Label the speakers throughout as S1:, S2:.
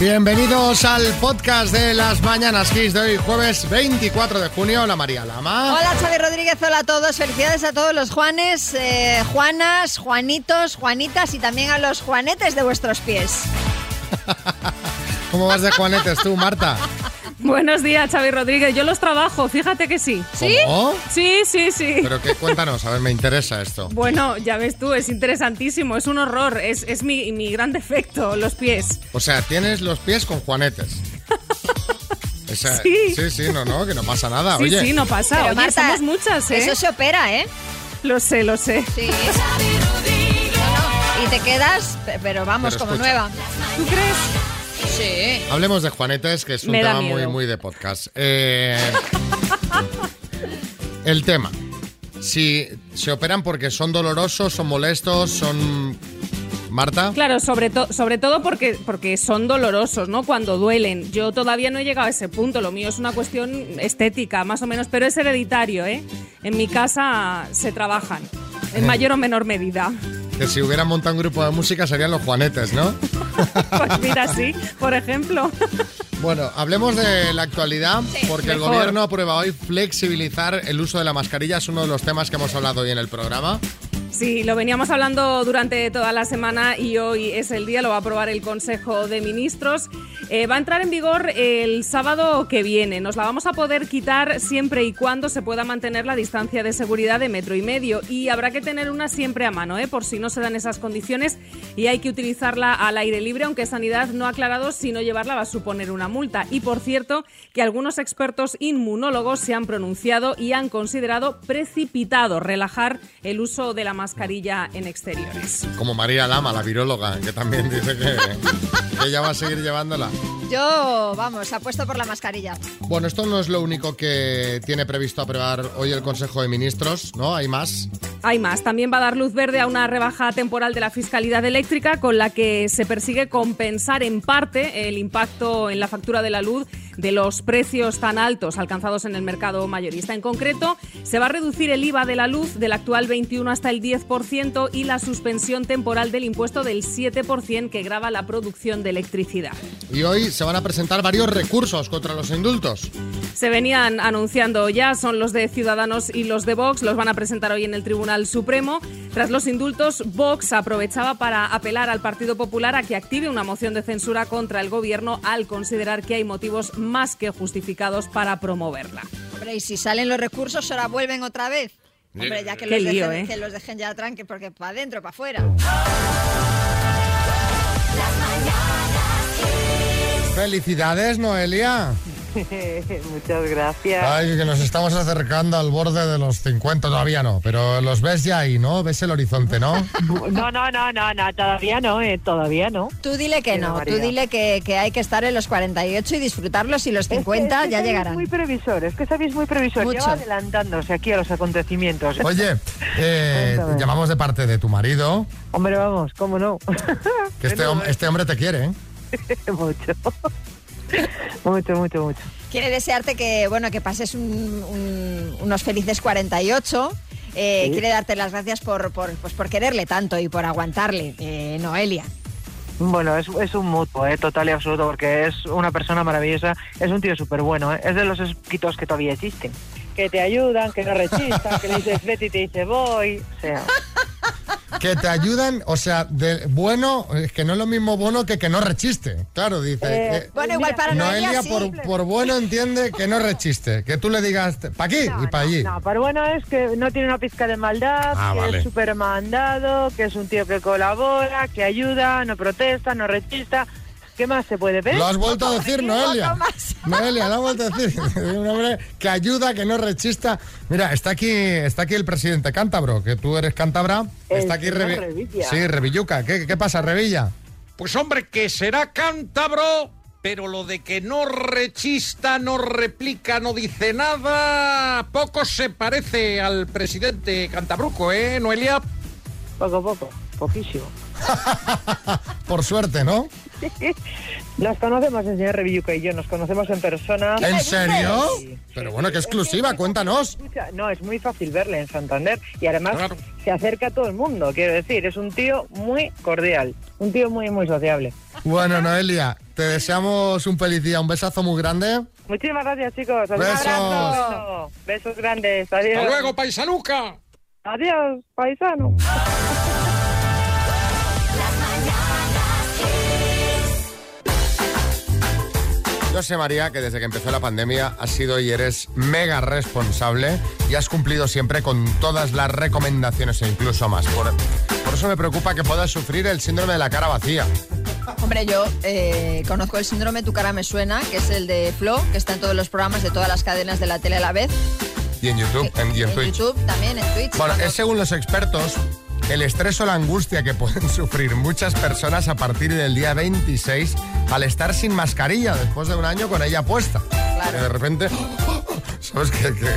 S1: Bienvenidos al podcast de las mañanas Kiss de hoy, jueves 24 de junio. Hola María Lama.
S2: Hola Xavi Rodríguez, hola a todos. Felicidades a todos los Juanes, eh, Juanas, Juanitos, Juanitas y también a los Juanetes de vuestros pies.
S1: ¿Cómo vas de Juanetes tú, Marta?
S3: Buenos días, Xavi Rodríguez. Yo los trabajo, fíjate que sí.
S2: ¿Sí?
S1: ¿Cómo?
S3: Sí, sí, sí.
S1: Pero que cuéntanos, a ver, me interesa esto.
S3: Bueno, ya ves tú, es interesantísimo, es un horror, es, es mi, mi gran defecto, los pies.
S1: O sea, tienes los pies con Juanetes. O sea,
S3: Sí.
S1: sí, sí, no, no, que no pasa nada.
S3: Sí,
S1: Ah, Oye,
S3: sí, no pasa. Oye,
S2: Marta,
S3: somos muchas, ¿eh?
S2: Eso se opera, ¿eh?
S3: Lo sé, lo sé.
S2: Sí. No, no, Y te quedas, pe- pero vamos,
S1: Pero
S2: como
S1: escucha.
S2: nueva.
S3: ¿Tú crees?
S2: Sí.
S1: hablemos de Juanetes, que es un
S3: Me da
S1: tema muy,
S3: miedo.
S1: muy de podcast. Eh, el tema. Si se operan porque son dolorosos, son molestos, son... Marta.
S3: Claro, sobre, to- sobre todo porque, porque son dolorosos, ¿no? Cuando duelen. Yo todavía no he llegado a ese punto, lo mío es una cuestión estética, más o menos, pero es hereditario, ¿eh? En mi casa se trabajan,
S1: Eh.
S3: en mayor o menor medida.
S1: Que si hubieran montado un grupo de música serían los Juanetes, ¿no?
S3: Pues mira, sí, por ejemplo.
S1: Bueno, hablemos de la actualidad, porque el
S3: mejor.
S1: gobierno aprueba hoy flexibilizar el uso de la mascarilla. Es uno de los temas que hemos hablado hoy en el programa.
S3: Sí, lo veníamos hablando durante toda la semana y hoy es el día, lo va a aprobar el Consejo de Ministros. Eh, va a entrar en vigor el sábado que viene. Nos la vamos a poder quitar siempre y cuando se pueda mantener la distancia de seguridad de metro y medio. Y habrá que tener una siempre a mano, ¿eh? por si no se dan esas condiciones y hay que utilizarla al aire libre, aunque Sanidad no ha aclarado si no llevarla va a suponer una multa. Y por cierto, que algunos expertos inmunólogos se han pronunciado y han considerado precipitado relajar el uso de la mascarilla en exteriores.
S1: Como María Lama, la viróloga, que también dice que, que ella va a seguir llevándola.
S2: Yo, vamos, apuesto por la mascarilla.
S1: Bueno, esto no es lo único que tiene previsto aprobar hoy el Consejo de Ministros, ¿no? Hay más.
S3: Hay más. También va a dar luz verde a una rebaja temporal de la fiscalidad eléctrica con la que se persigue compensar en parte el impacto en la factura de la luz de los precios tan altos alcanzados en el mercado mayorista. En concreto, se va a reducir el IVA de la luz del actual 21 hasta el 10% y la suspensión temporal del impuesto del 7% que grava la producción de electricidad.
S1: Y hoy se van a presentar varios recursos contra los indultos.
S3: Se venían anunciando ya, son los de Ciudadanos y los de Vox, los van a presentar hoy en el Tribunal Supremo. Tras los indultos, Vox aprovechaba para apelar al Partido Popular a que active una moción de censura contra el Gobierno al considerar que hay motivos más que justificados para promoverla.
S2: Hombre, y si salen los recursos, ahora vuelven otra vez. Hombre, ya que,
S3: Qué
S2: los,
S3: lío,
S2: dejen,
S3: ¿eh?
S2: que los dejen ya tranqui, porque para adentro, para afuera.
S1: Felicidades, Noelia.
S4: Muchas gracias.
S1: Ay, que nos estamos acercando al borde de los 50, todavía no, pero los ves ya ahí, ¿no? Ves el horizonte, ¿no?
S4: No, no, no, no, no, todavía no, eh, todavía no.
S2: Tú dile que
S4: Qué
S2: no, tú
S4: barbaridad.
S2: dile que, que hay que estar en los 48 y disfrutarlos y los 50
S4: Es que
S2: ya
S4: sois
S2: llegarán.
S4: Muy previsor, es que sabéis muy previsor.
S2: Mucho.
S4: Lleva adelantándose aquí a los acontecimientos.
S1: Oye, eh,
S4: Cuéntame.
S1: te llamamos de parte de tu marido,
S4: Hombre, vamos, cómo no.
S1: que este, hom- este hombre te quiere, ¿eh?
S4: mucho. mucho, mucho, mucho.
S2: Quiere desearte que, bueno, que pases un- un- unos felices 48. eh,
S4: Sí.
S2: Quiere darte las gracias por, por, pues por quererle tanto y por aguantarle, eh, Noelia.
S4: Pues Bueno, es, es un mutuo, eh, total y absoluto, porque es una persona maravillosa, es un tío súper bueno, es de los esquitos que todavía existen. Que te ayudan, que no rechistan, que le dices vete y te dice voy. O sea,
S1: Que te ayudan, o sea, de, bueno, es que no es lo mismo bueno que que no rechiste. Claro, dice.
S4: Eh,
S1: que-
S2: Bueno, igual para Noelia,
S1: Noelia
S2: sí.
S1: por, por bueno entiende que no rechiste, que tú le digas para aquí y para allí.
S4: No, pero bueno es que no tiene una pizca de maldad,
S1: Ah,
S4: que
S1: vale.
S4: es súper mandado, que es un tío que colabora, que ayuda, no protesta, no rechista. ¿Qué más se puede pedir?
S1: Lo has vuelto a decir, Noelia.
S2: poco más.
S1: Noelia, lo has vuelto a decir. Un hombre que ayuda, que no rechista. Mira, está aquí, está aquí el presidente cántabro, que tú eres cántabra.
S4: El
S1: está aquí
S4: señor
S1: Revi-
S4: Revilla.
S1: Sí, Revilluca. ¿Qué, qué pasa, Revilla?
S5: Pues hombre, que será cántabro, pero lo de que no rechista, no replica, no dice nada, poco se parece al presidente cantabruco, ¿eh, Noelia?
S4: Poco a poco, poquísimo.
S1: Por suerte, ¿no?
S4: Nos conocemos el señor Revilluca y yo, nos conocemos en persona.
S1: ¿En serio?
S4: Sí.
S1: Pero bueno, qué exclusiva, cuéntanos.
S4: Escucha, No, es muy fácil verle en Santander y además
S5: Claro.
S4: se acerca a todo el mundo, quiero decir, es un tío muy cordial, un tío muy, muy sociable.
S1: Bueno, Noelia, Te deseamos un feliz día, un besazo muy grande.
S4: Muchísimas gracias, chicos. Un
S1: Besos.
S4: abrazo. Besos grandes. Adiós.
S5: Hasta luego, paisaluca.
S4: Adiós, paisano.
S1: Yo sé, María, que desde que empezó la pandemia has sido y eres mega responsable y has cumplido siempre con todas las recomendaciones e incluso más. Por, por eso me preocupa que puedas sufrir el síndrome de la cara vacía.
S2: Hombre, yo eh, conozco el síndrome Tu cara me suena, que es el de Flo, que está en todos los programas de todas las cadenas de la tele a la vez.
S1: Y en YouTube, en, y en Twitch.
S2: Eh, YouTube también, en Twitch.
S1: Bueno,
S2: Cuando-
S1: es según los expertos el estrés o la angustia que pueden sufrir muchas personas a partir del día 26 al estar sin mascarilla después de un año con ella puesta. Que de repente, ¿sabes qué? Que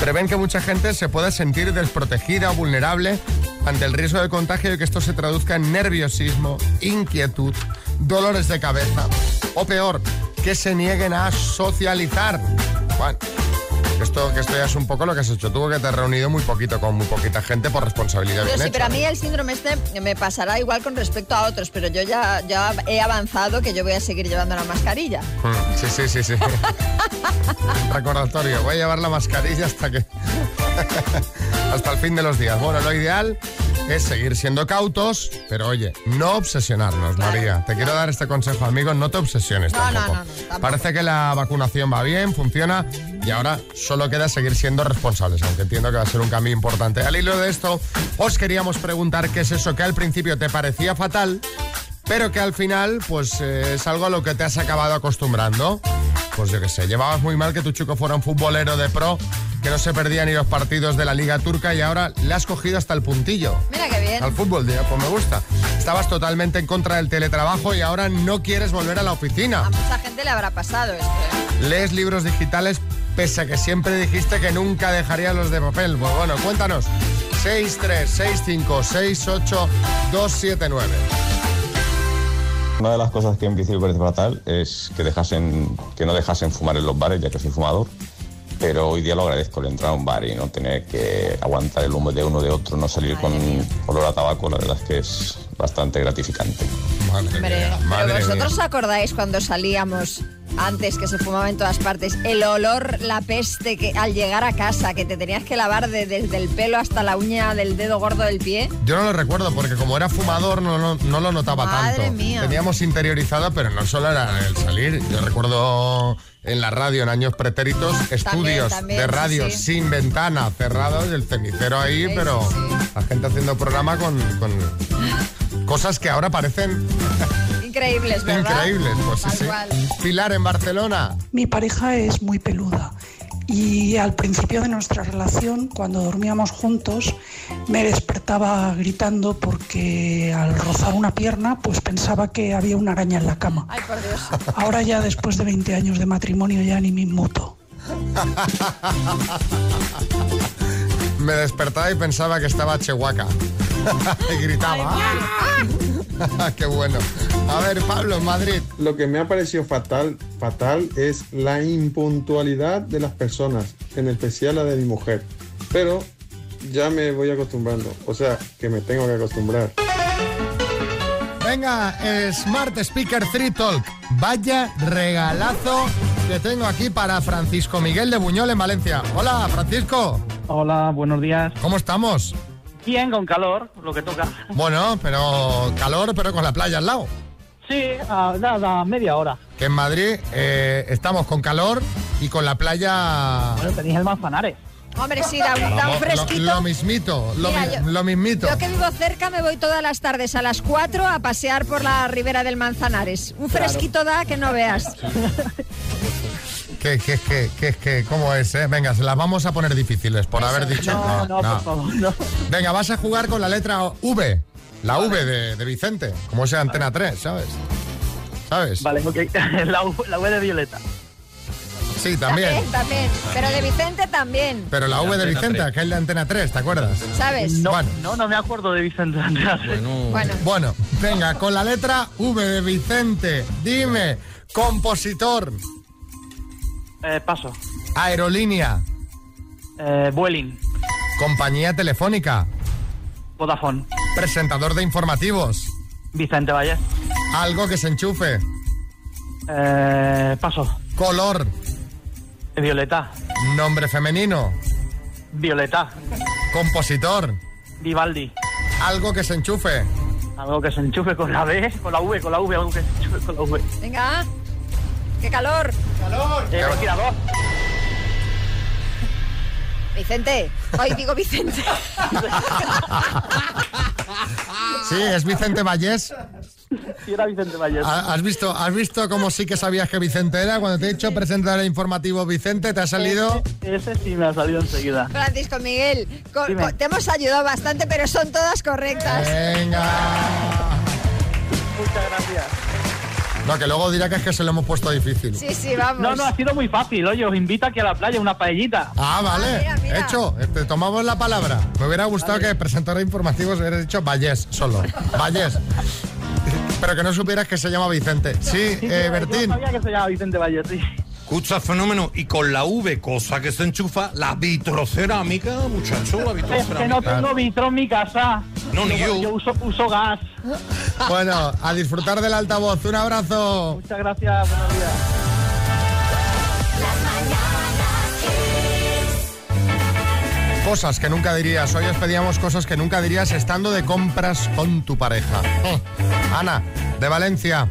S1: prevén que mucha gente se pueda sentir desprotegida o vulnerable ante el riesgo de contagio y que esto se traduzca en nerviosismo, inquietud, dolores de cabeza o peor, que se nieguen a socializar. Bueno, esto, que esto ya es un poco lo que has hecho tú, que te has reunido muy poquito con muy poquita gente por responsabilidad.
S2: Yo
S1: bien
S2: sí,
S1: hecha.
S2: pero a mí el síndrome este me pasará igual con respecto a otros, pero yo ya, ya he avanzado que yo voy a seguir llevando la mascarilla.
S1: Mm, Sí, sí, sí, sí. Recordatorio, voy a llevar la mascarilla hasta que... hasta el fin de los días. Bueno, lo ideal es seguir siendo cautos, pero oye, no obsesionarnos, María. Te quiero dar este consejo, amigos, no te obsesiones
S2: No,
S1: tampoco.
S2: no, no, no, tampoco.
S1: Parece que la vacunación va bien, funciona y ahora solo queda seguir siendo responsables, aunque entiendo que va a ser un cambio importante. Al hilo de esto, os queríamos preguntar qué es eso que al principio te parecía fatal, pero que al final pues eh, es algo a lo que te has acabado acostumbrando. Pues yo qué sé, llevabas muy mal que tu chico fuera un futbolero de pro, que no se perdía ni los partidos de la Liga Turca y ahora le has cogido hasta el puntillo.
S2: Mira qué bien.
S1: Al fútbol, tío, pues me gusta. Estabas totalmente en contra del teletrabajo y ahora no quieres volver a la oficina.
S2: A mucha gente le habrá pasado esto. ¿eh?
S1: Lees libros digitales pese a que siempre dijiste que nunca dejarías los de papel. Pues bueno, cuéntanos. 636568279.
S6: Una de las cosas que en principio parece fatal es que dejasen, que no dejasen fumar en los bares, ya que soy fumador. Pero hoy día lo agradezco el entrar a un bar y no tener que aguantar el humo de uno de otro, no salir con olor a tabaco, la verdad es que es bastante gratificante.
S1: Madre
S2: Hombre,
S1: mía, madre
S2: pero vosotros os
S1: mía.
S2: acordáis cuando salíamos antes que se fumaba en todas partes, el olor, la peste que al llegar a casa, que te tenías que lavar de- desde el pelo hasta la uña del dedo gordo del pie.
S1: Yo no lo recuerdo porque como era fumador no, no, no lo notaba
S2: Madre
S1: tanto.
S2: mía.
S1: Teníamos interiorizado, pero no solo era el salir. Yo recuerdo en la radio en años pretéritos estudios
S2: también,
S1: de
S2: sí,
S1: radio
S2: sí.
S1: sin ventana, cerrados, el cenicero ahí,
S2: Sí, sí,
S1: pero
S2: sí.
S1: la gente haciendo programa con, con cosas que ahora parecen
S2: Increíbles, ¿verdad?
S1: increíbles. Pues sí,
S2: Tal
S1: sí.
S2: cual.
S1: Pilar en Barcelona.
S7: Mi pareja es muy peluda y al principio de nuestra relación, cuando dormíamos juntos, me despertaba gritando porque al rozar una pierna, pues pensaba que había una araña en la cama.
S2: Ay, por Dios.
S7: Ahora ya después de 20 años de matrimonio ya ni me inmuto.
S1: Me despertaba y pensaba que estaba Chehuaca. y gritaba. ¡Ah! ¡Qué bueno! A ver, Pablo, en Madrid.
S8: Lo que me ha parecido fatal, fatal es la impuntualidad de las personas, en especial la de mi mujer. Pero ya me voy acostumbrando, o sea, que me tengo que acostumbrar.
S1: Venga, eh, Smart Speaker 3 Talk. Vaya regalazo que tengo aquí para Francisco Miguel de Buñol en Valencia. Hola, Francisco.
S4: Hola, buenos días.
S1: ¿Cómo estamos?
S4: Bien, con calor, lo que toca.
S1: Bueno, pero calor, pero con la playa al lado.
S4: Sí, a, nada, media hora.
S1: Que en Madrid eh, estamos con calor y con la playa...
S4: Bueno, tenéis el Manzanares.
S2: Hombre, sí, da un, da un
S1: Vamos, lo-
S2: fresquito.
S1: Lo, mismito, lo,
S2: Mira,
S1: mi-
S2: yo-
S1: lo mismito.
S2: Yo que vivo cerca me voy todas las tardes a las 4 a pasear por la ribera del Manzanares. Un fresquito da que no veas.
S1: Que, que, que, que, que, ¿Cómo es, eh? Venga, se las vamos a poner difíciles por haber dicho.
S4: No, no,
S1: no.
S4: por favor, no.
S1: Venga, vas a jugar con la letra V. La V de, de Vicente, como sea Antena 3, ¿sabes? ¿Sabes?
S4: Vale, ok. La, U- la web de Violeta.
S1: Sí, también.
S2: También, también. Pero de Vicente también,
S1: Pero la V de
S5: Antena
S1: Vicente,
S5: 3.
S1: que es de Antena 3, ¿te acuerdas?
S2: ¿sabes?
S4: No,
S1: Bueno.
S4: no, no me acuerdo de Vicente Andrés.
S5: Bueno,
S2: Bueno,
S1: Bueno, venga, con la letra V de Vicente, dime, compositor,
S4: Eh, paso.
S1: aerolínea,
S4: Eh, Vueling,
S1: compañía telefónica,
S4: Vodafone,
S1: presentador de informativos,
S4: Vicente Valles,
S1: algo que se enchufe,
S4: Eh, paso.
S1: Color.
S4: Violeta.
S1: Nombre femenino.
S4: Violeta.
S1: Compositor.
S4: Vivaldi.
S1: Algo que se enchufe.
S4: Algo que se enchufe con la B, con la V, con la V, algo que se enchufe con la V.
S2: Venga, qué calor.
S4: Eh, ventilador.
S2: Vicente, hoy digo Vicente.
S1: Sí, es Vicente Vallés.
S4: Si era Vicente
S9: Ah.
S4: Valles.
S1: Ha- ¿Has visto, has visto cómo sí que sabías que Vicente era? Cuando te he dicho presentar el informativo Vicente, te ha salido...
S4: Ese sí me ha salido enseguida.
S2: Francisco Miguel, co-
S4: Dime. Eh.
S2: co- te hemos ayudado bastante, pero son todas correctas.
S1: Venga.
S4: Muchas gracias.
S1: No, que luego dirá que es que se lo hemos puesto difícil.
S2: Sí, sí, vamos.
S4: No, no, ha sido muy fácil. Oye, os invito aquí a la playa, una paellita.
S1: Ah, vale.
S2: Ah, mira, mira.
S1: Hecho, Eh, te tomamos la palabra. Me hubiera gustado que presentara informativos hubieras dicho Vallés solo. Vallés. Pero que no supieras que se llama Vicente. Sí,
S4: Sí,
S1: eh,
S4: yo
S1: Bertín.
S4: sabía que se llama Vicente Valles, sí.
S5: Escucha, fenómeno. Y con la V, cosa que se enchufa, la vitrocerámica, muchacho, la
S4: Es que no
S5: vitrocerámica.
S4: tengo vitro en mi casa.
S5: No, ni yo.
S4: Yo uso, uso gas.
S1: Bueno, a disfrutar del altavoz. Un abrazo.
S4: Muchas gracias, buenos días.
S1: Cosas que nunca dirías. Hoy os pedíamos cosas que nunca dirías estando de compras con tu pareja. Eh. Ana, de Valencia.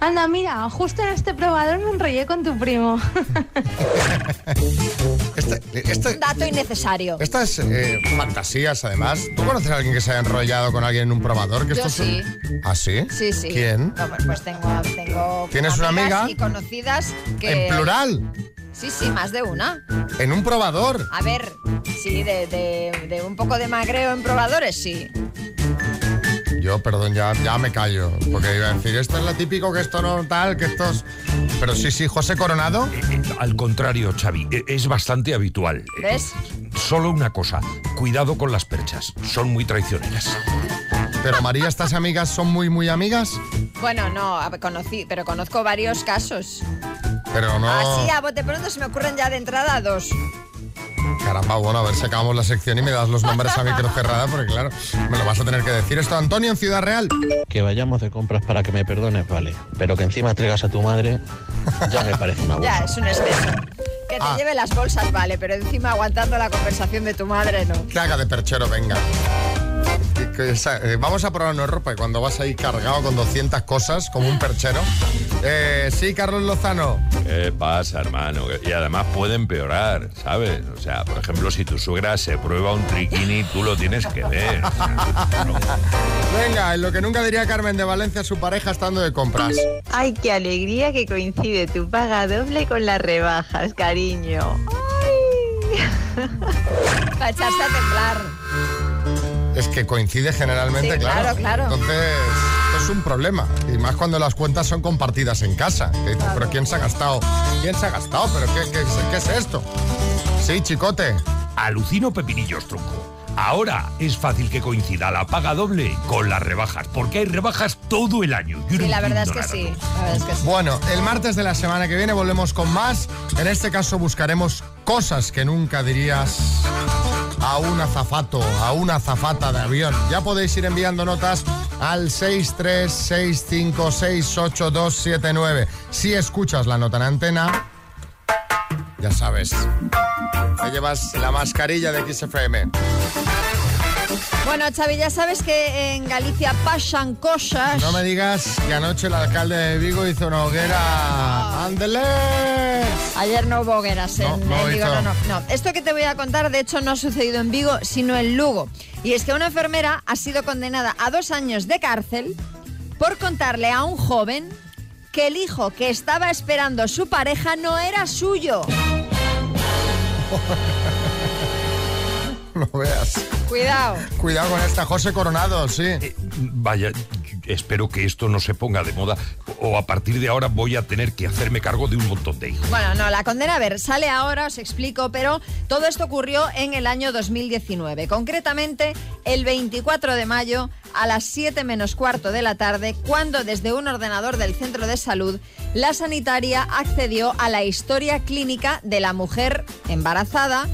S10: Anda, mira, justo en este probador me enrollé con tu primo.
S1: Este, este-
S2: Dato innecesario.
S1: estas eh, fantasías, además. ¿Tú conoces a alguien que se haya enrollado con alguien en un probador? Que
S2: Yo
S1: esto es-
S2: sí.
S1: ¿Ah, sí?
S2: Sí, sí.
S1: ¿Quién?
S2: No, pues- pues tengo, tengo
S1: ¿Tienes una
S2: amigas
S1: amiga?
S2: y conocidas que...
S1: En plural.
S2: Sí, sí, más de una.
S1: En un probador.
S2: A ver, sí, de, de- de un poco de magreo en probadores, sí.
S1: Yo, perdón, ya, ya me callo. Porque iba a decir, esto es lo típico, que esto no tal, que esto es... Pero sí, sí, José Coronado.
S11: Eh, eh, Al contrario, Xavi,
S5: e-,
S11: eh, es bastante habitual. Eh,
S2: ¿Ves?
S11: Solo una cosa, cuidado con las perchas, son muy traicioneras.
S1: Pero María, ¿estas amigas son muy, muy amigas?
S2: Bueno, no, a- conocí, pero conozco varios casos.
S1: Pero no...
S2: Así, a bote pronto se me ocurren ya de entrada dos.
S1: Caramba, bueno, a ver si acabamos la sección y me das los nombres a micro cerrada, porque claro, me lo vas a tener que decir. Esto, Antonio, en Ciudad Real.
S9: Que vayamos de compras para que me perdones, vale. Pero que encima entregas a tu madre, ya me parece una
S2: Ya, es un exceso. Que te
S1: Ah.
S2: lleve las bolsas, vale, pero encima aguantando la conversación de tu madre, no.
S1: Que haga de perchero, venga. Que- que esa- eh, Vamos a probarnos ropa y cuando vas ahí cargado con 200 cosas, como un perchero. Eh, sí, Carlos Lozano.
S11: ¿Qué pasa, hermano? Y además puede empeorar, ¿sabes? O sea, por ejemplo, si tu suegra se prueba un triquini, tú lo tienes que ver.
S1: Venga, en lo que nunca diría Carmen de Valencia a su pareja estando de compras.
S10: Ay, qué alegría que coincide tu paga doble con las rebajas, cariño.
S2: Para echarse a temblar.
S1: Es que coincide generalmente,
S2: Sí,
S1: claro.
S2: claro, claro.
S1: Entonces, esto es un problema. Y más cuando las cuentas son compartidas en casa. Que dices, Pero ¿quién se ha gastado? ¿Quién se ha gastado? ¿Pero qué, qué, qué es esto? Sí, chicote.
S11: Alucino pepinillos, tronco. Ahora es fácil que coincida la paga doble con las rebajas, porque hay rebajas todo el año. Yo no
S2: Sí, la verdad es
S11: entiendo
S2: que sí.
S11: nada, tronco.
S2: La verdad es que sí.
S1: Bueno, el martes de la semana que viene volvemos con más. En este caso buscaremos cosas que nunca dirías a un azafato, a una azafata de avión. Ya podéis ir enviando notas al 636568279. Si escuchas la nota en antena, ya sabes. Te llevas la mascarilla de XFM.
S2: Bueno, Xavi, ya sabes que en Galicia pasan cosas.
S1: No me digas que anoche el alcalde de Vigo hizo una hoguera. ¡Ándele!
S2: Ayer no hubo hogueras en,
S1: No, no
S2: en Vigo,
S1: hizo.
S2: no, no, no. Esto que te voy a contar, de hecho, no ha sucedido en Vigo, sino en Lugo. Y es que una enfermera ha sido condenada a dos años de cárcel por contarle a un joven que el hijo que estaba esperando su pareja no era suyo.
S1: No veas.
S2: Cuidado.
S1: Cuidado con esta, José Coronado, sí.
S11: Eh, Vaya, espero que esto no se ponga de moda o a partir de ahora voy a tener que hacerme cargo de un montón de hijos.
S2: Bueno, no, la condena, a ver, sale ahora, os explico, pero todo esto ocurrió en el año 2019, concretamente el 24 de mayo a las 7 menos cuarto de la tarde, cuando desde un ordenador del centro de salud, la sanitaria accedió a la historia clínica de la mujer embarazada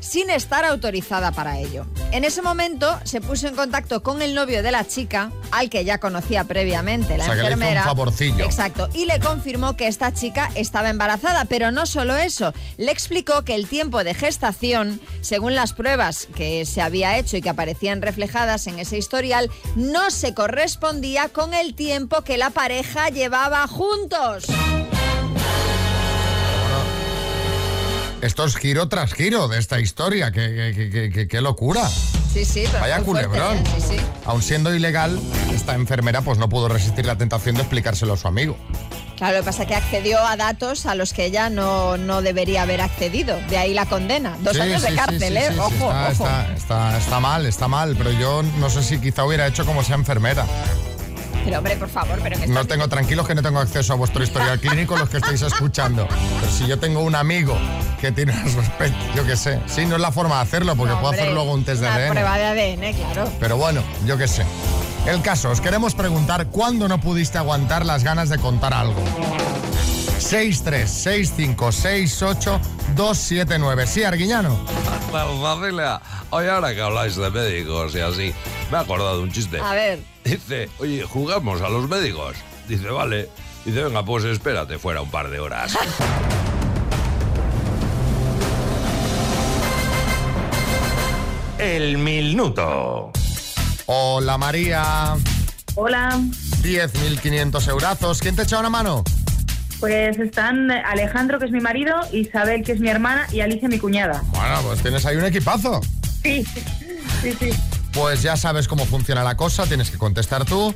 S2: sin estar autorizada para ello. En ese momento se puso en contacto con el novio de la chica, al que ya conocía previamente, la
S1: O sea, que le hizo un
S2: enfermera.
S1: favorcillo.
S2: Exacto. Y le confirmó que esta chica estaba embarazada, pero no solo eso. Le explicó que el tiempo de gestación, según las pruebas que se había hecho y que aparecían reflejadas en ese historial, no se correspondía con el tiempo que la pareja llevaba juntos.
S1: Esto es giro tras giro de esta historia. ¡Qué, qué- qué- qué- qué locura!
S2: Sí, sí, pero
S1: Vaya
S2: muy fuerte,
S1: culebrón.
S2: ¿eh? Sí, sí.
S1: Aun siendo ilegal, esta enfermera pues no pudo resistir la tentación de explicárselo a su amigo.
S2: Claro, lo que pasa es que accedió a datos a los que ella no, no debería haber accedido. De ahí la condena. Dos
S1: Sí,
S2: años
S1: sí,
S2: de
S1: sí,
S2: cárcel,
S1: sí,
S2: ¿eh?
S1: sí, sí,
S2: ojo,
S1: está,
S2: ojo.
S1: Está, está- está mal, está mal, pero yo no sé si quizá hubiera hecho como sea enfermera.
S2: Pero hombre, por favor, pero que
S1: No tengo tranquilos que no tengo acceso a vuestro historial clínico, los que estáis escuchando. Pero si yo tengo un amigo que tiene al respecto, yo qué sé. Sí, no es la forma de hacerlo, porque puedo hacer
S2: Hombre,
S1: luego un test de
S2: una
S1: ADN.
S2: prueba de ADN, claro.
S1: Pero bueno, yo qué sé. El caso, os queremos preguntar cuándo no pudiste aguantar las ganas de contar algo. 636568279. Sí, Arguiñano.
S11: Pues ¿eh?
S12: Marcela, hoy ahora que habláis de médicos y así, me he acordado de un chiste.
S2: A ver.
S12: Dice, oye, jugamos a los médicos. Dice, vale. Dice, venga, pues espérate fuera un par de horas.
S1: El minuto. Hola María.
S13: Hola,
S1: 10.500 eurazos. ¿Quién te echa una mano?
S13: pues están Alejandro, que es mi marido, Isabel, que es mi hermana, y Alicia, mi cuñada.
S1: Bueno, pues tienes ahí un equipazo.
S13: Sí, sí, sí.
S1: Pues ya sabes cómo funciona la cosa, tienes que contestar tú.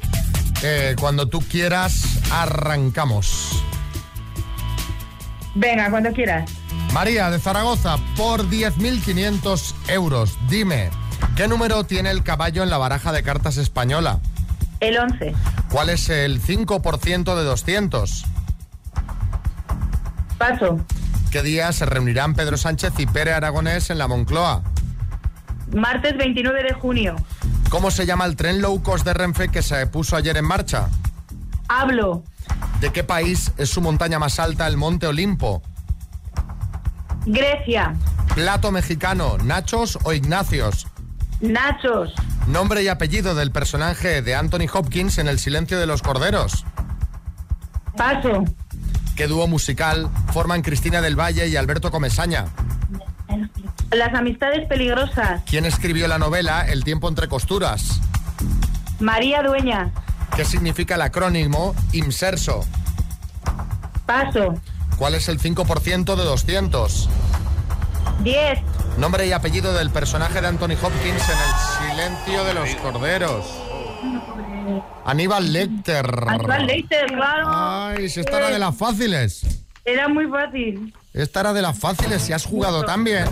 S1: Eh, cuando tú quieras, arrancamos.
S13: Venga, cuando quieras.
S1: María de Zaragoza, por 10.500 euros, dime, ¿qué número tiene el caballo en la baraja de cartas española?
S13: El 11.
S1: ¿Cuál es el 5% de 200?
S13: Paso.
S1: ¿Qué día se reunirán Pedro Sánchez y Pere Aragonés en la Moncloa?
S13: Martes 29 de junio.
S1: ¿Cómo se llama el tren low cost de Renfe que se puso ayer en marcha?
S13: Hablo.
S1: ¿De qué país es su montaña más alta, el Monte Olimpo?
S13: Grecia.
S1: Plato mexicano, Nachos o Ignacios?
S13: Nachos.
S1: Nombre y apellido del personaje de Anthony Hopkins en El silencio de los corderos.
S13: Paso.
S1: ¿Qué dúo musical forman Cristina del Valle y Alberto Comesaña?
S13: Las amistades peligrosas.
S1: ¿Quién escribió la novela El tiempo entre costuras?
S13: María Dueña.
S1: ¿Qué significa el acrónimo IMSERSO?
S13: Paso.
S1: ¿Cuál es el 5% de 200?
S13: 10.
S1: Nombre y apellido del personaje de Anthony Hopkins en El silencio de los corderos. Aníbal Lecter.
S13: Aníbal Lecter, claro.
S1: Ay, si esta era de las fáciles.
S13: Era muy fácil.
S1: Esta era de las fáciles, si has jugado tan bien.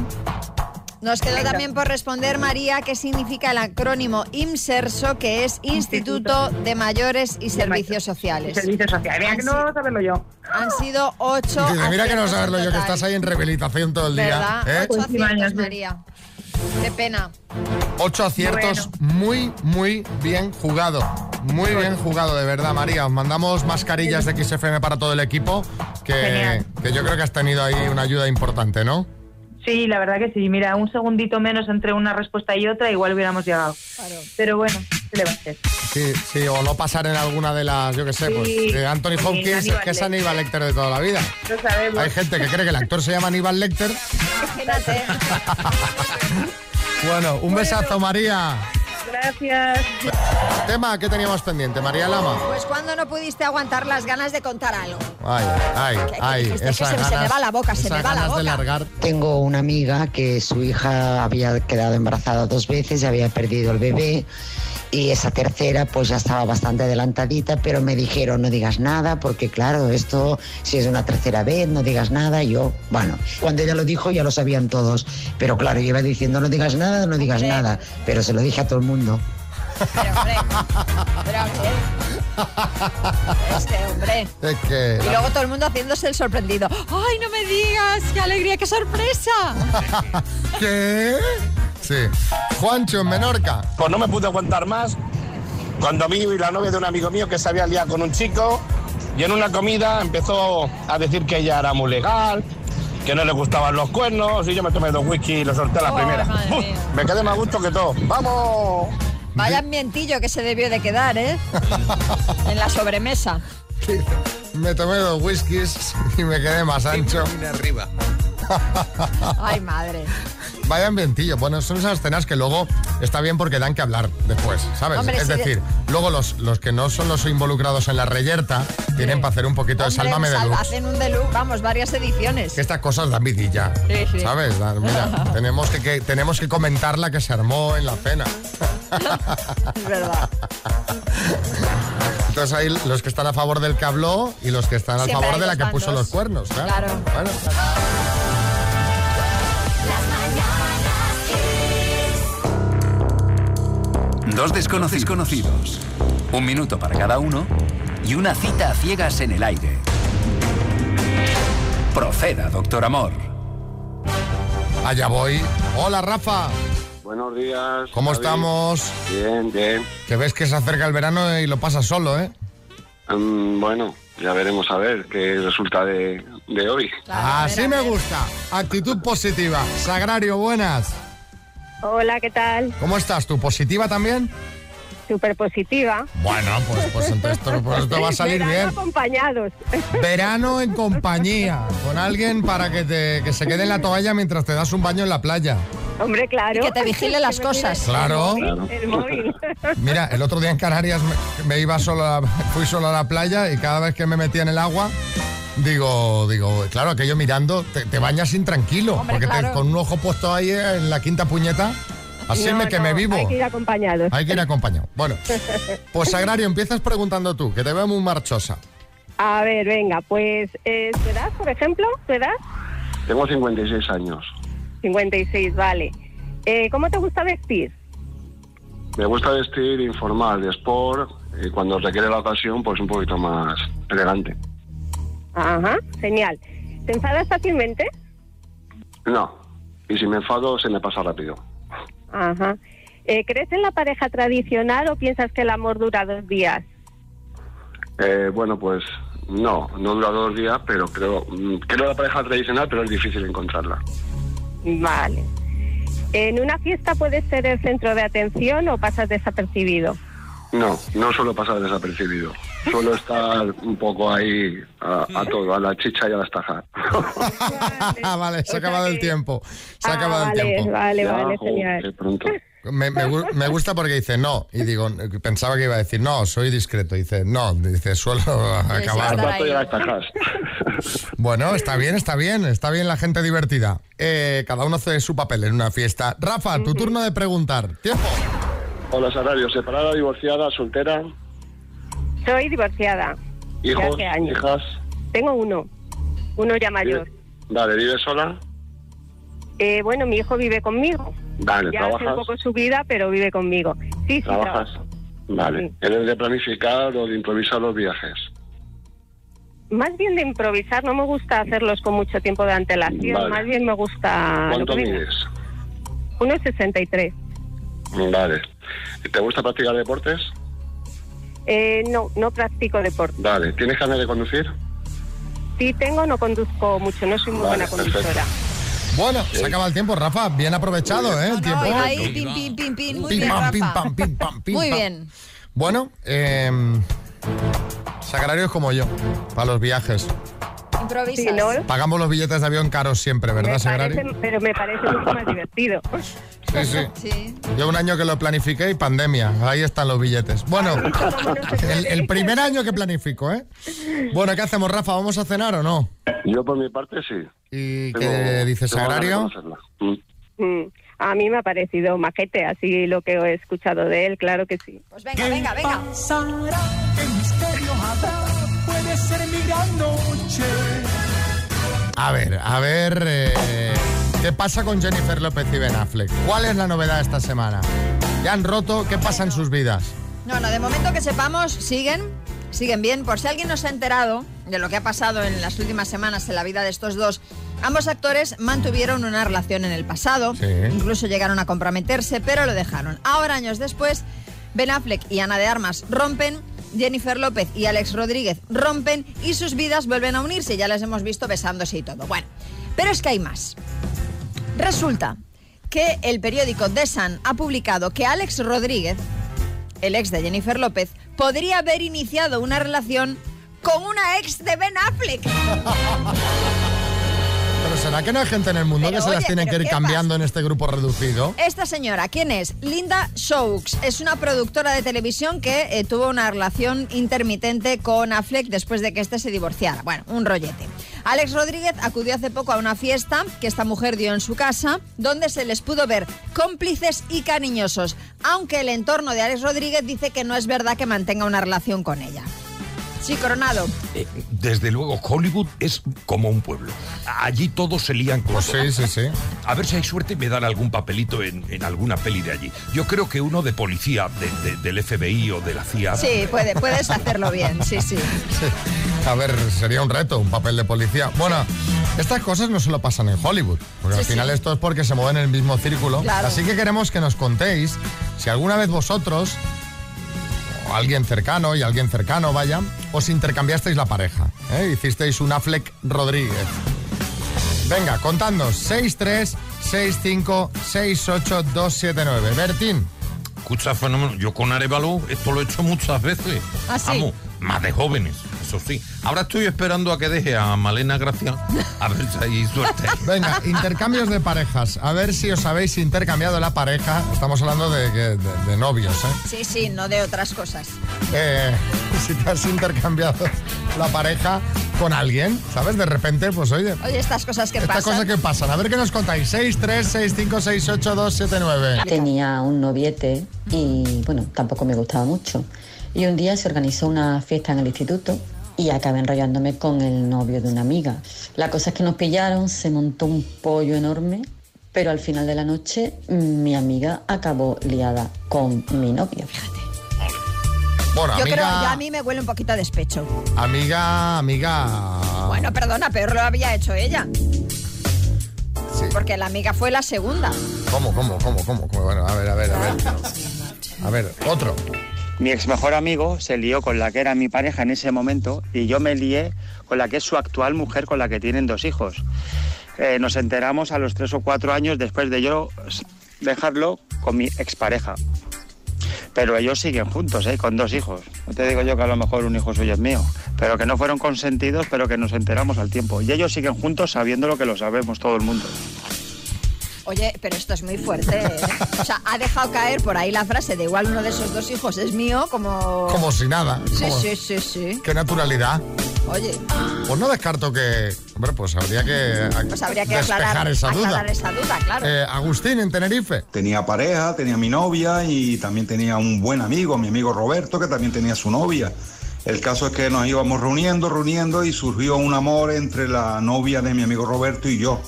S2: Nos quedó también por responder, María, qué significa el acrónimo IMSERSO, que es Instituto de Mayores y Servicios Sociales.
S13: Servicios sociales. Mira que no vamos a verlo yo.
S2: Han sido ocho.
S1: Dice, mira que no
S2: aciertos
S1: saberlo
S2: en
S1: yo, que
S2: total.
S1: estás ahí en rehabilitación todo el día.
S2: ¿Verdad?
S1: ¿eh?
S2: Ocho aciertos, María. Qué pena.
S1: Ocho aciertos muy, muy bien jugado. Muy bien jugado, de verdad, María. Os mandamos mascarillas de XFM para todo el equipo, que,
S13: Genial.
S1: que yo creo que has tenido ahí una ayuda importante, ¿no?
S13: Sí, la verdad que sí. Mira, un segundito menos entre una respuesta y otra, igual hubiéramos llegado. Pero bueno, ¿qué le va a hacer?
S1: Sí, sí, o no pasar en alguna de las, yo qué sé,
S13: Sí.
S1: pues de Anthony
S13: Sí,
S1: Hopkins, es
S13: Aníbal
S1: que es Aníbal Lecter de toda la vida.
S13: Lo sabemos.
S1: Hay gente que cree que el actor se llama Aníbal Lecter.
S2: Imagínate.
S1: Bueno, un besazo, María.
S13: Gracias.
S1: Tema que teníamos pendiente, María Lama.
S2: Pues cuando no pudiste aguantar las ganas de contar algo.
S1: Ay, ay, ay.
S2: dijiste que
S1: esas
S2: se- se me
S1: ganas-
S2: va la boca, se
S1: esas
S2: me va la
S1: ganas de
S2: boca.
S1: largar.
S14: Tengo una amiga que su hija había quedado embarazada dos veces y había perdido el bebé. Y esa tercera pues ya estaba bastante adelantadita, pero me dijeron no digas nada porque claro, esto si es una tercera vez no digas nada. Yo, bueno, cuando ella lo dijo ya lo sabían todos, pero claro, yo iba diciendo no digas nada, no digas nada, pero se lo dije a todo el mundo.
S2: Pero a ver. Este hombre.
S1: Es que
S2: Y
S1: la-
S2: luego todo el mundo haciéndose el sorprendido. ¡Ay, no me digas! ¡Qué alegría, qué sorpresa!
S1: ¿Qué? Sí. Juancho en Menorca.
S15: Pues no me pude aguantar más. Cuando a mí y la novia de un amigo mío que se había liado con un chico, y en una comida empezó a decir que ella era muy legal, que no le gustaban los cuernos y yo me tomé dos whisky y lo solté a la
S2: Oh,
S15: primera.
S2: madre
S15: ¡Uf!
S2: mía.
S15: me quedé más a gusto que todo. ¡Vamos!
S2: Vaya ambientillo que se debió de quedar, ¿eh? en la sobremesa.
S1: Me tomé dos whiskies y me quedé más ancho.
S5: arriba.
S2: Ay, madre.
S1: Vaya ambientillo. Bueno, son esas cenas que luego está bien porque dan que hablar después, ¿sabes?
S2: Hombre,
S1: es
S2: sí, de-
S1: decir, luego los, los que no son los involucrados en la reyerta tienen para hacer un poquito de
S2: Hombre,
S1: sálvame de
S2: sal-
S1: luz.
S2: Hacen un deluxe, vamos, varias ediciones.
S1: Que estas cosas dan vidilla,
S2: Sí, sí.
S1: ¿sabes? Dan- mira, tenemos que, que- tenemos que comentar la que se armó en la cena.
S2: Es verdad.
S1: Entonces hay los que están a favor del que habló y los que están a
S2: Siempre
S1: favor
S2: hay
S1: de la
S2: dos
S1: que puso
S2: bandos.
S1: los cuernos, claro.
S2: Claro.
S1: Bueno.
S16: Dos desconocidos conocidos. Un minuto para cada uno y una cita a ciegas en el aire. Proceda, doctor amor.
S1: Allá voy. Hola, Rafa.
S17: Buenos días.
S1: ¿Cómo
S17: David.
S1: estamos?
S17: Bien, bien.
S1: Que ves que se acerca el verano y lo pasas solo, ¿eh?
S17: Mm, bueno, ya veremos a ver qué resulta de, de hoy.
S1: Así me gusta. Actitud positiva. Sagrario, buenas.
S18: Hola, ¿qué tal?
S1: ¿Cómo estás tú? ¿Positiva también?
S18: Súper positiva.
S1: Bueno, pues, pues entonces esto, pues esto va a salir
S18: Verano
S1: bien.
S18: acompañados.
S1: Verano en compañía, con alguien para que, te, que se quede en la toalla mientras te das un baño en la playa.
S18: Hombre, claro.
S2: Y que te vigile las
S18: Que me
S2: cosas.
S18: mire
S1: Claro.
S18: El móvil. el móvil.
S1: Mira, el otro día en Canarias me, me iba solo, a- fui solo a la playa y cada vez que me metía en el agua, digo, digo, claro, aquello mirando, te, te bañas intranquilo,
S18: Hombre,
S1: porque te-
S18: claro.
S1: con un ojo puesto ahí en la quinta puñeta, así
S18: No,
S1: me que
S18: no,
S1: me vivo.
S18: Hay que ir acompañados.
S1: Hay que ir acompañado. Bueno, pues Sagrario, empiezas preguntando tú, que te veo muy marchosa.
S18: A ver, venga, pues, eh, ¿tu edad, por ejemplo? ¿Tu edad?
S17: Tengo 56 años.
S18: 56, vale. Eh, ¿Cómo te gusta vestir?
S17: Me gusta vestir informal, de sport, y cuando requiere la ocasión, pues un poquito más elegante.
S18: Ajá, genial. ¿Te enfadas fácilmente?
S17: No, y si me enfado, se me pasa rápido.
S18: Ajá. Eh, ¿Crees en la pareja tradicional o piensas que el amor dura dos días?
S17: Eh, bueno, pues no, no dura dos días, pero creo, mm, creo la pareja tradicional, pero es difícil encontrarla.
S18: Vale. ¿En una fiesta puedes ser el centro de atención o pasas desapercibido?
S17: No, no suelo pasar desapercibido. Suelo estar un poco ahí a, a todo, a la chicha y a las tajas.
S1: vale, se ha acabado el tiempo. Se ha acabado
S18: Pues Ah, vale,
S1: el tiempo.
S18: vale, Ya, vale, jo, genial. qué
S17: pronto.
S1: Me, me gu- me gusta porque dice no. Y digo, pensaba que iba a decir no, soy discreto. Dice no, dice suelo acabar. Bueno, está bien, está bien, está bien la gente divertida. Eh, cada uno hace su papel en una fiesta. Rafa, tu turno de preguntar. Tiempo.
S17: Hola, Sarario, separada, divorciada, soltera,
S18: Soy divorciada.
S17: hijos,
S18: hace años.
S17: hijas.
S18: Tengo uno, uno ya mayor.
S17: Vive- Vale, ¿vives sola?
S18: Eh, bueno, mi hijo vive conmigo.
S17: Vale,
S18: ya hace un
S17: ¿trabajas?
S18: poco su vida, pero vive conmigo. Sí, sí,
S17: ¿Trabajas?
S18: trabajo.
S17: Vale. ¿Eres de planificar o de improvisar los viajes?
S18: Más bien de improvisar, no me gusta hacerlos con mucho tiempo de antelación,
S17: Vale.
S18: más bien me gusta... Ah, lo
S17: ¿Cuánto
S18: que venga.
S17: mides?
S18: 1,63.
S17: Vale. ¿Te gusta practicar deportes?
S18: Eh, no, no practico deporte.
S17: Vale. ¿Tienes ganas de conducir?
S18: Sí tengo, no conduzco mucho, no soy muy buena
S17: Vale,
S18: conductora.
S1: Bueno, se acaba el tiempo, Rafa. Bien aprovechado, ¿eh? El tiempo.
S2: Ay, ahí, pim, pim, pim, pim. Muy
S1: Pim,
S2: bien,
S1: pam,
S2: Rafa.
S1: pim, pam, pim, pam, pim,
S2: Muy
S1: pam.
S2: bien.
S1: Bueno, eh, sagrarios como yo, para los viajes.
S2: Improvisas.
S1: Pagamos los billetes de avión caros siempre, ¿verdad,
S18: Me
S1: Sagrario?
S18: parece- pero me parece mucho más divertido.
S1: Sí, sí. Yo un año que lo planifiqué y pandemia. Ahí están los billetes. Bueno, el, el primer año que planifico, ¿eh? Bueno, ¿qué hacemos, Rafa? ¿Vamos a cenar o no?
S17: Yo por mi parte sí.
S1: ¿Y
S17: Tengo-
S1: qué dices,
S17: tengo ganas de
S1: Sagrario?
S17: conocerla. Mm.
S18: Mm, A mí me ha parecido majete, así lo que he escuchado de él, claro que sí.
S2: Pues venga, venga, venga.
S19: ¿Qué misterio habrá? Puede ser mi gran noche.
S1: A ver, a ver. eh, ¿Qué pasa con Jennifer López y Ben Affleck? ¿Cuál es la novedad esta semana? ¿Ya han roto? ¿Qué pasa en sus vidas?
S2: No, no, de momento que sepamos, siguen, siguen bien. Por si alguien no se ha enterado de lo que ha pasado en las últimas semanas en la vida de estos dos, ambos actores mantuvieron una relación en el pasado,
S20: Sí.
S2: incluso llegaron a comprometerse, pero lo dejaron. Ahora, años después, Ben Affleck y Ana de Armas rompen. Jennifer López y Alex Rodríguez rompen y sus vidas vuelven a unirse. Ya las hemos visto besándose y todo. Bueno, Pero es que hay más. Resulta que el periódico The Sun ha publicado que Alex Rodríguez, el ex de Jennifer López, podría haber iniciado una relación con una ex de Ben Affleck.
S1: Pero ¿será que no hay gente en el mundo
S2: Pero,
S1: que se
S2: oye,
S1: las tiene que
S2: ¿pero
S1: ir
S2: qué
S1: cambiando en este grupo reducido?
S2: Esta señora, ¿quién es? Linda Shooks. Es una productora de televisión que eh, tuvo una relación intermitente con Affleck después de que este se divorciara. Bueno, un rollete. Alex Rodríguez acudió hace poco a una fiesta que esta mujer dio en su casa, donde se les pudo ver cómplices y cariñosos, aunque el entorno de Alex Rodríguez dice que no es verdad que mantenga una relación con ella. Sí, Coronado.
S11: Eh, Desde luego, Hollywood es como un pueblo. Allí todos se lían
S15: Pues
S11: con todo.
S1: Pues sí, sí.
S11: A ver si hay suerte y me dan algún papelito en, en alguna peli de allí. Yo creo que uno de policía, de- de- del FBI o de la CIA.
S2: Sí, puede- puedes hacerlo bien, sí, sí.
S1: A ver, sería un reto, un papel de policía. Bueno, estas cosas no solo pasan en Hollywood, porque al
S2: Sí,
S1: final
S2: sí.
S1: esto es porque se mueven en el mismo círculo.
S2: Claro.
S1: Así que queremos que nos contéis si alguna vez vosotros, o alguien cercano y alguien cercano, vaya, os intercambiasteis la pareja. ¿eh? Hicisteis un Affleck Rodríguez. Venga, contadnos. 63 65 68 279. Bertín.
S20: Escucha, fenómeno. Yo con Arevalo esto lo he hecho muchas veces.
S2: ¿Ah, sí?
S20: Vamos, más de jóvenes, eso sí. Ahora estoy esperando a que deje a Malena Gracia a ver si hay suerte.
S1: Venga, intercambios de parejas. A ver si os habéis intercambiado la pareja. Estamos hablando de, de- de novios, ¿eh?
S2: Sí, sí, no de otras cosas.
S1: Eh, Si te has intercambiado la pareja con alguien, ¿sabes? De repente, pues oye.
S2: Oye, estas cosas que
S1: Estas
S2: pasan.
S1: cosas que pasan. A ver qué nos contáis. 6, 3, 6, 5, 6, 8, 2, 7, 9.
S21: Tenía un noviete y bueno, tampoco me gustaba mucho. Y un día se organizó una fiesta en el instituto y acabé enrollándome con el novio de una amiga. La cosa es que nos pillaron, se montó un pollo enorme, pero al final de la noche mi amiga acabó liada con mi novio.
S1: Bueno,
S2: Yo creo, yo
S1: amiga,
S2: a mí me huele un poquito a despecho.
S1: amiga, amiga.
S2: Bueno, perdona, peor lo había hecho ella. Porque la amiga fue la segunda.
S1: ¿Cómo, cómo, cómo, cómo? cómo? Bueno, a ver, a ver, a ver. A ver, otro.
S22: Mi ex mejor amigo se lió con la que era mi pareja en ese momento y yo me lié con la que es su actual mujer con la que tienen dos hijos. Eh, nos enteramos a los tres o cuatro años después de yo s- dejarlo con mi expareja. Pero ellos siguen juntos, ¿eh? con dos hijos. No te digo yo que a lo mejor un hijo suyo es mío, pero que no fueron consentidos, pero que nos enteramos al tiempo. Y ellos siguen juntos sabiendo lo que lo sabemos todo el mundo.
S2: Oye, pero esto es muy fuerte. ¿eh? O sea, ha dejado caer por ahí la frase de igual uno de esos dos hijos es mío, como.
S1: Como si nada.
S2: Sí,
S1: Como-
S2: sí, sí, sí.
S1: Qué naturalidad.
S2: Oye,
S1: Pues no descarto que. Hombre, pues habría que.
S2: pues habría que
S1: despejar
S2: aclarar
S1: esa duda.
S2: aclarar esa duda, claro.
S1: Eh, Agustín en Tenerife.
S23: pues, Tenía pareja, tenía mi novia y también tenía un buen amigo, mi amigo Roberto, que también tenía su novia. El caso es que nos íbamos reuniendo, reuniendo y surgió un amor entre la novia de mi amigo Roberto y yo.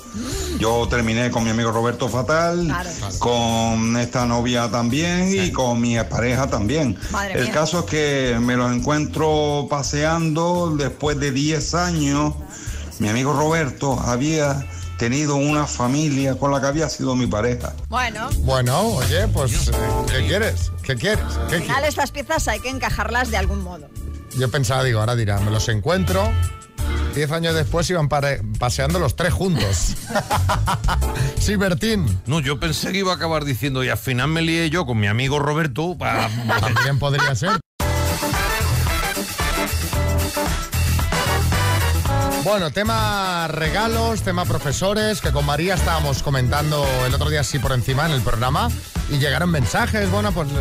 S23: Yo terminé con mi amigo Roberto fatal, con esta novia también y con mi pareja también.
S24: Madre
S23: El
S24: mía.
S23: caso es que me los encuentro paseando después de 10 años. Mi amigo Roberto había tenido una familia con la que había sido mi pareja.
S2: Bueno,
S1: Bueno, oye, pues, eh, ¿qué quieres? ¿Qué quieres? ¿Qué
S2: al
S1: quieres?
S2: final estas piezas hay que encajarlas de algún modo.
S1: Yo pensaba, digo, ahora dirá, me los encuentro. Diez años después iban pare- paseando los tres juntos. sí, Bertín.
S20: No, yo pensé que iba a acabar diciendo y al final me lié yo con mi amigo Roberto para...
S1: También podría ser. Bueno, tema regalos, tema profesores, que con María estábamos comentando el otro día así por encima en el programa y llegaron mensajes. Bueno, pues eh,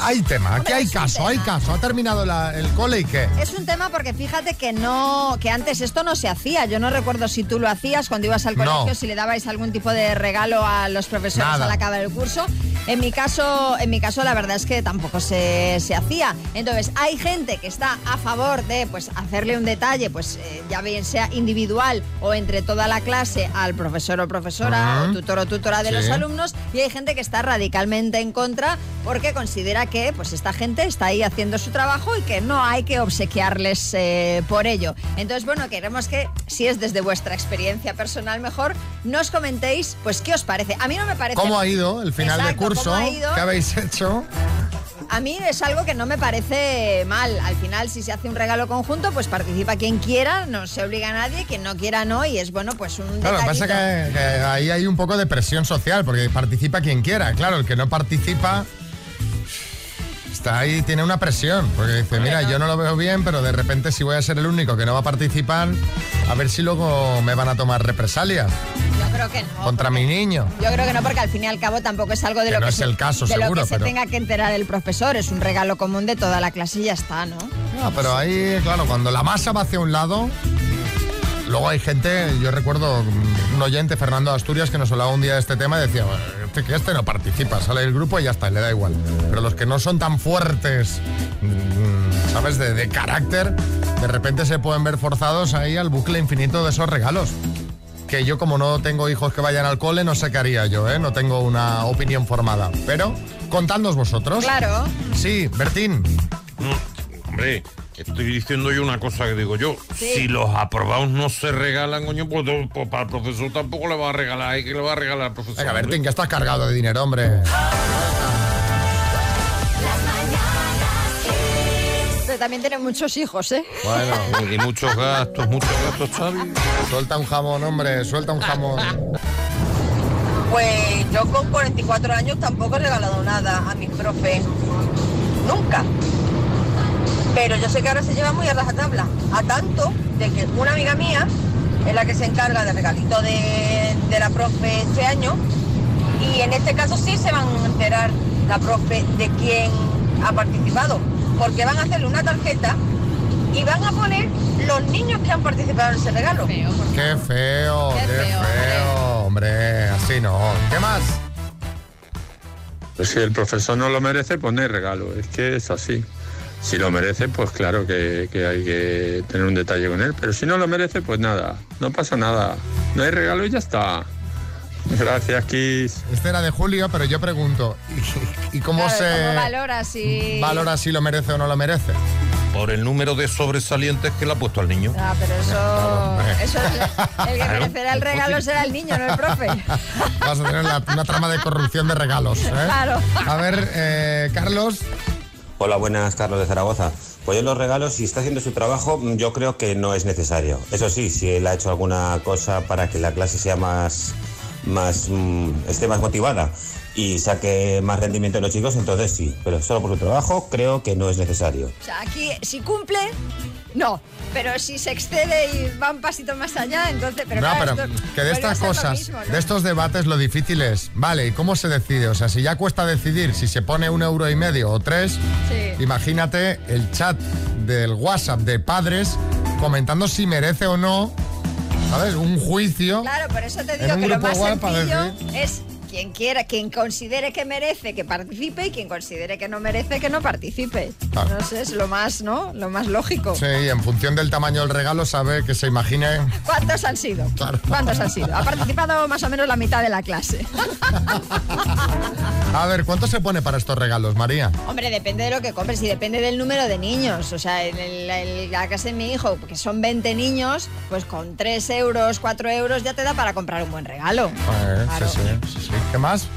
S1: hay tema, aquí hay caso, hay caso. Ha terminado la- el cole y qué.
S2: Es un tema porque fíjate que no, que antes esto no se hacía. Yo no recuerdo si tú lo hacías cuando ibas al
S1: No.
S2: colegio, si le dabais algún tipo de regalo a los profesores
S1: Nada.
S2: al acabar el curso. En mi caso, en mi caso la verdad es que tampoco se, se hacía. Entonces, hay gente que está a favor de pues hacerle un detalle, pues eh, ya bien sea individual o entre toda la clase al profesor o profesora
S25: Ajá.
S2: o tutor o tutora de
S25: Sí.
S2: los alumnos y hay gente que está radicalmente en contra porque considera que pues esta gente está ahí haciendo su trabajo y que no hay que obsequiarles eh, por ello. Entonces, bueno, queremos que, si es desde vuestra experiencia personal mejor, nos comentéis pues qué os parece. A mí no me parece...
S1: ¿Cómo ha ido el final
S2: Exacto,
S1: de
S2: ¿cómo
S1: curso?
S2: ha ido?
S1: ¿Qué habéis hecho?
S2: a mí es algo que no me parece mal. Al final, si se hace un regalo conjunto, pues participa quien quiera, no se obliga a nadie, quien no quiera no, y es bueno, pues un
S1: Claro, lo que
S2: detallito.
S1: pasa es que, que ahí hay un poco de presión social, porque participa quien quiera. Claro, el que no participa está ahí, tiene una presión, porque dice, mira, yo no lo veo bien, pero de repente si voy a ser el único que no va a participar, a ver si luego me van a tomar represalias
S2: Yo creo que no.
S1: contra mi niño.
S2: Yo creo que no, porque al fin y al cabo tampoco es algo de
S1: Que
S2: lo
S1: no
S2: que,
S1: es
S2: se,
S1: el caso,
S2: de lo
S1: seguro,
S2: que se
S1: pero-
S2: tenga que enterar el profesor. Es un regalo común de toda la clase y ya está, ¿no?
S1: Ah, pero ahí, claro, cuando la masa va hacia un lado, luego hay gente, yo recuerdo mm, un oyente, Fernando de Asturias, que nos hablaba un día de este tema y decía, "Bueno, este, que este no participa, sale del grupo y ya está, le da igual. Pero los que no son tan fuertes, mm, ¿sabes?, de, de carácter, de repente se pueden ver forzados ahí al bucle infinito de esos regalos. Que yo como no tengo hijos que vayan al cole, no sé qué haría yo, ¿eh? No tengo una opinión formada. Pero contadnos vosotros.
S2: Claro.
S1: Sí, Bertín.
S11: Hombre, estoy diciendo yo una cosa que digo yo.
S2: Sí.
S11: Si los aprobados no se regalan, coño, pues, no, pues para el profesor tampoco le va a regalar. ¿eh? ¿Qué le va a regalar al profesor?
S1: Venga,
S11: hombre?
S1: Bertín, que estás cargado de dinero, hombre.
S2: Pero también tiene muchos hijos, ¿eh?
S11: Bueno, y muchos gastos, muchos gastos, Xavi.
S1: Suelta un jamón, hombre, suelta un jamón.
S13: Pues yo con 44 años tampoco he regalado nada a mis profes. Nunca. Pero yo sé que ahora se lleva muy a rajatabla. A tanto de que una amiga mía es la que se encarga del regalito de, de la profe este año. Y en este caso sí se van a enterar la profe de quién ha participado. Porque van a hacerle una tarjeta y van a poner los niños que han participado en ese regalo.
S1: Qué feo, qué, feo, hombre. Así no. ¿Qué más?
S26: Pues si el profesor no lo merece, pues no hay regalo. Es que es así. Si lo merece, pues claro que, que hay que tener un detalle con él. Pero si no lo merece, pues nada. No pasa nada. No hay regalo y ya está. Gracias, Kiss.
S1: Este era de Julio, pero yo pregunto, ¿y, y cómo
S2: Claro, ¿Cómo
S1: se
S2: valora si...?
S1: valora si lo merece o no lo merece?
S11: Por el número de sobresalientes que le ha puesto al niño.
S2: Ah, pero eso... eso es- el que
S11: Claro.
S2: merecerá el regalo será el niño, no el profe.
S1: Vas a tener la- una trama de corrupción de regalos, ¿eh?
S2: Claro.
S1: A ver, eh, Carlos.
S7: Hola, buenas, Carlos de Zaragoza. Pues yo los regalos, si está haciendo su trabajo, mm, yo creo que no es necesario. Eso sí, si él ha hecho alguna cosa para que la clase sea más, más mm, esté más motivada y saque más rendimiento de los chicos, entonces sí. Pero solo por su trabajo creo que no es necesario.
S2: O sea, aquí si cumple, no. Pero si se excede y va un pasito más allá, entonces... Pero
S1: no,
S2: claro,
S1: pero
S2: esto
S1: que
S2: vuelve
S1: de
S2: a
S1: estas
S2: ser lo
S1: cosas,
S2: mismo, ¿no?
S1: de estos debates, lo difícil es, vale, ¿y cómo se decide? O sea, si ya cuesta decidir si se pone un euro y medio o tres,
S2: Sí.
S1: Imagínate el chat del WhatsApp de padres comentando si merece o no, ¿sabes? Un juicio.
S2: Claro, por eso te
S1: En
S2: digo
S1: un
S2: que lo
S1: grupo
S2: más
S1: guapa,
S2: sencillo
S1: ¿eh?
S2: es quien quiera, quien considere que merece que participe y quien considere que no merece que no participe.
S1: Claro.
S2: No sé, es lo más, ¿no? Lo más lógico.
S1: Sí, y en función del tamaño del regalo sabe que se imagine.
S2: ¿Cuántos han sido? ¿Cuántos han sido? Ha participado más o menos la mitad de la clase.
S1: A ver, ¿cuánto se pone para estos regalos, María?
S2: Hombre, depende de lo que compres y depende del número de niños. O sea, en el- en la casa de mi hijo, que son 20 niños, pues con 3 euros, 4 euros ya te da para comprar un buen regalo.
S1: Eh, sí, sí, sí, sí. ¿Qué más?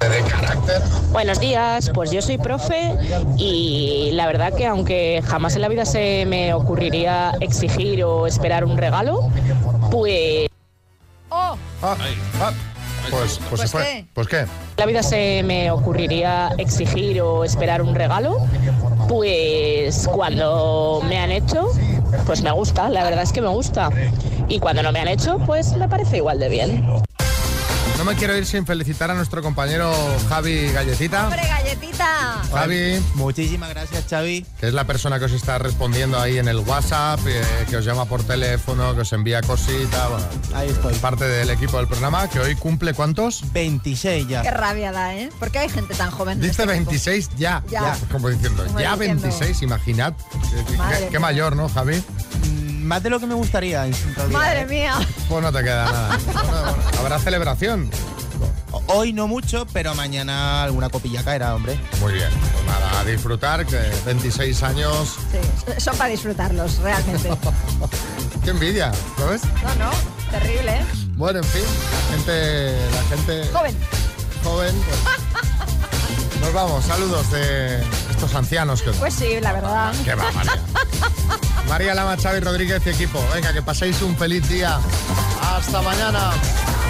S1: De carácter.
S24: Buenos días, pues yo soy profe y la verdad que aunque jamás en la vida se me ocurriría exigir o esperar un regalo, pues...
S2: ¡Oh!
S1: Ah, Pues, pues, se fue.
S24: qué?
S1: ¿Pues qué?
S24: La vida se me ocurriría exigir o esperar un regalo, pues cuando me han hecho, pues me gusta, la verdad es que me gusta. Y cuando no me han hecho, pues me parece igual de bien.
S1: No me quiero ir sin felicitar a nuestro compañero Javi Galletita.
S2: ¡Hombre, galletita!
S1: Javi. Muchísimas gracias, Xavi. Que es la persona que os está respondiendo ahí en el WhatsApp, eh, que os llama por teléfono, que os envía cositas. ahí estoy. Parte del equipo del programa, que hoy cumple ¿cuántos? 26 ya.
S2: Qué rabia da, ¿eh? ¿Por qué hay gente tan joven? en
S1: Dice
S2: este grupo?
S1: 26 ya.
S2: Ya.
S1: Como diciendo,
S2: Como
S1: ya
S2: diciendo.
S1: 26, imaginad. Qué- qué-
S2: Madre
S1: Qué,
S2: mía.
S1: mayor, ¿no, Javi? Más de lo que me gustaría.
S2: Madre mía.
S1: Pues no te queda nada. Bueno, bueno, Habrá celebración.
S27: Hoy no mucho, pero mañana alguna copilla caerá, hombre.
S1: Muy bien. Pues nada, a disfrutar, que 26 años.
S2: Sí, son para disfrutarlos, realmente.
S1: Qué envidia, ¿lo ves?
S2: No, no, terrible, ¿eh?
S1: Bueno, en fin, la gente, la gente
S2: Joven.
S1: joven. pues, nos vamos, saludos de este estos ancianos que os-
S2: Pues sí, la verdad.
S1: Qué va, María. María Lama, Xavi Rodríguez y equipo. Venga, que paséis un feliz día. Hasta mañana.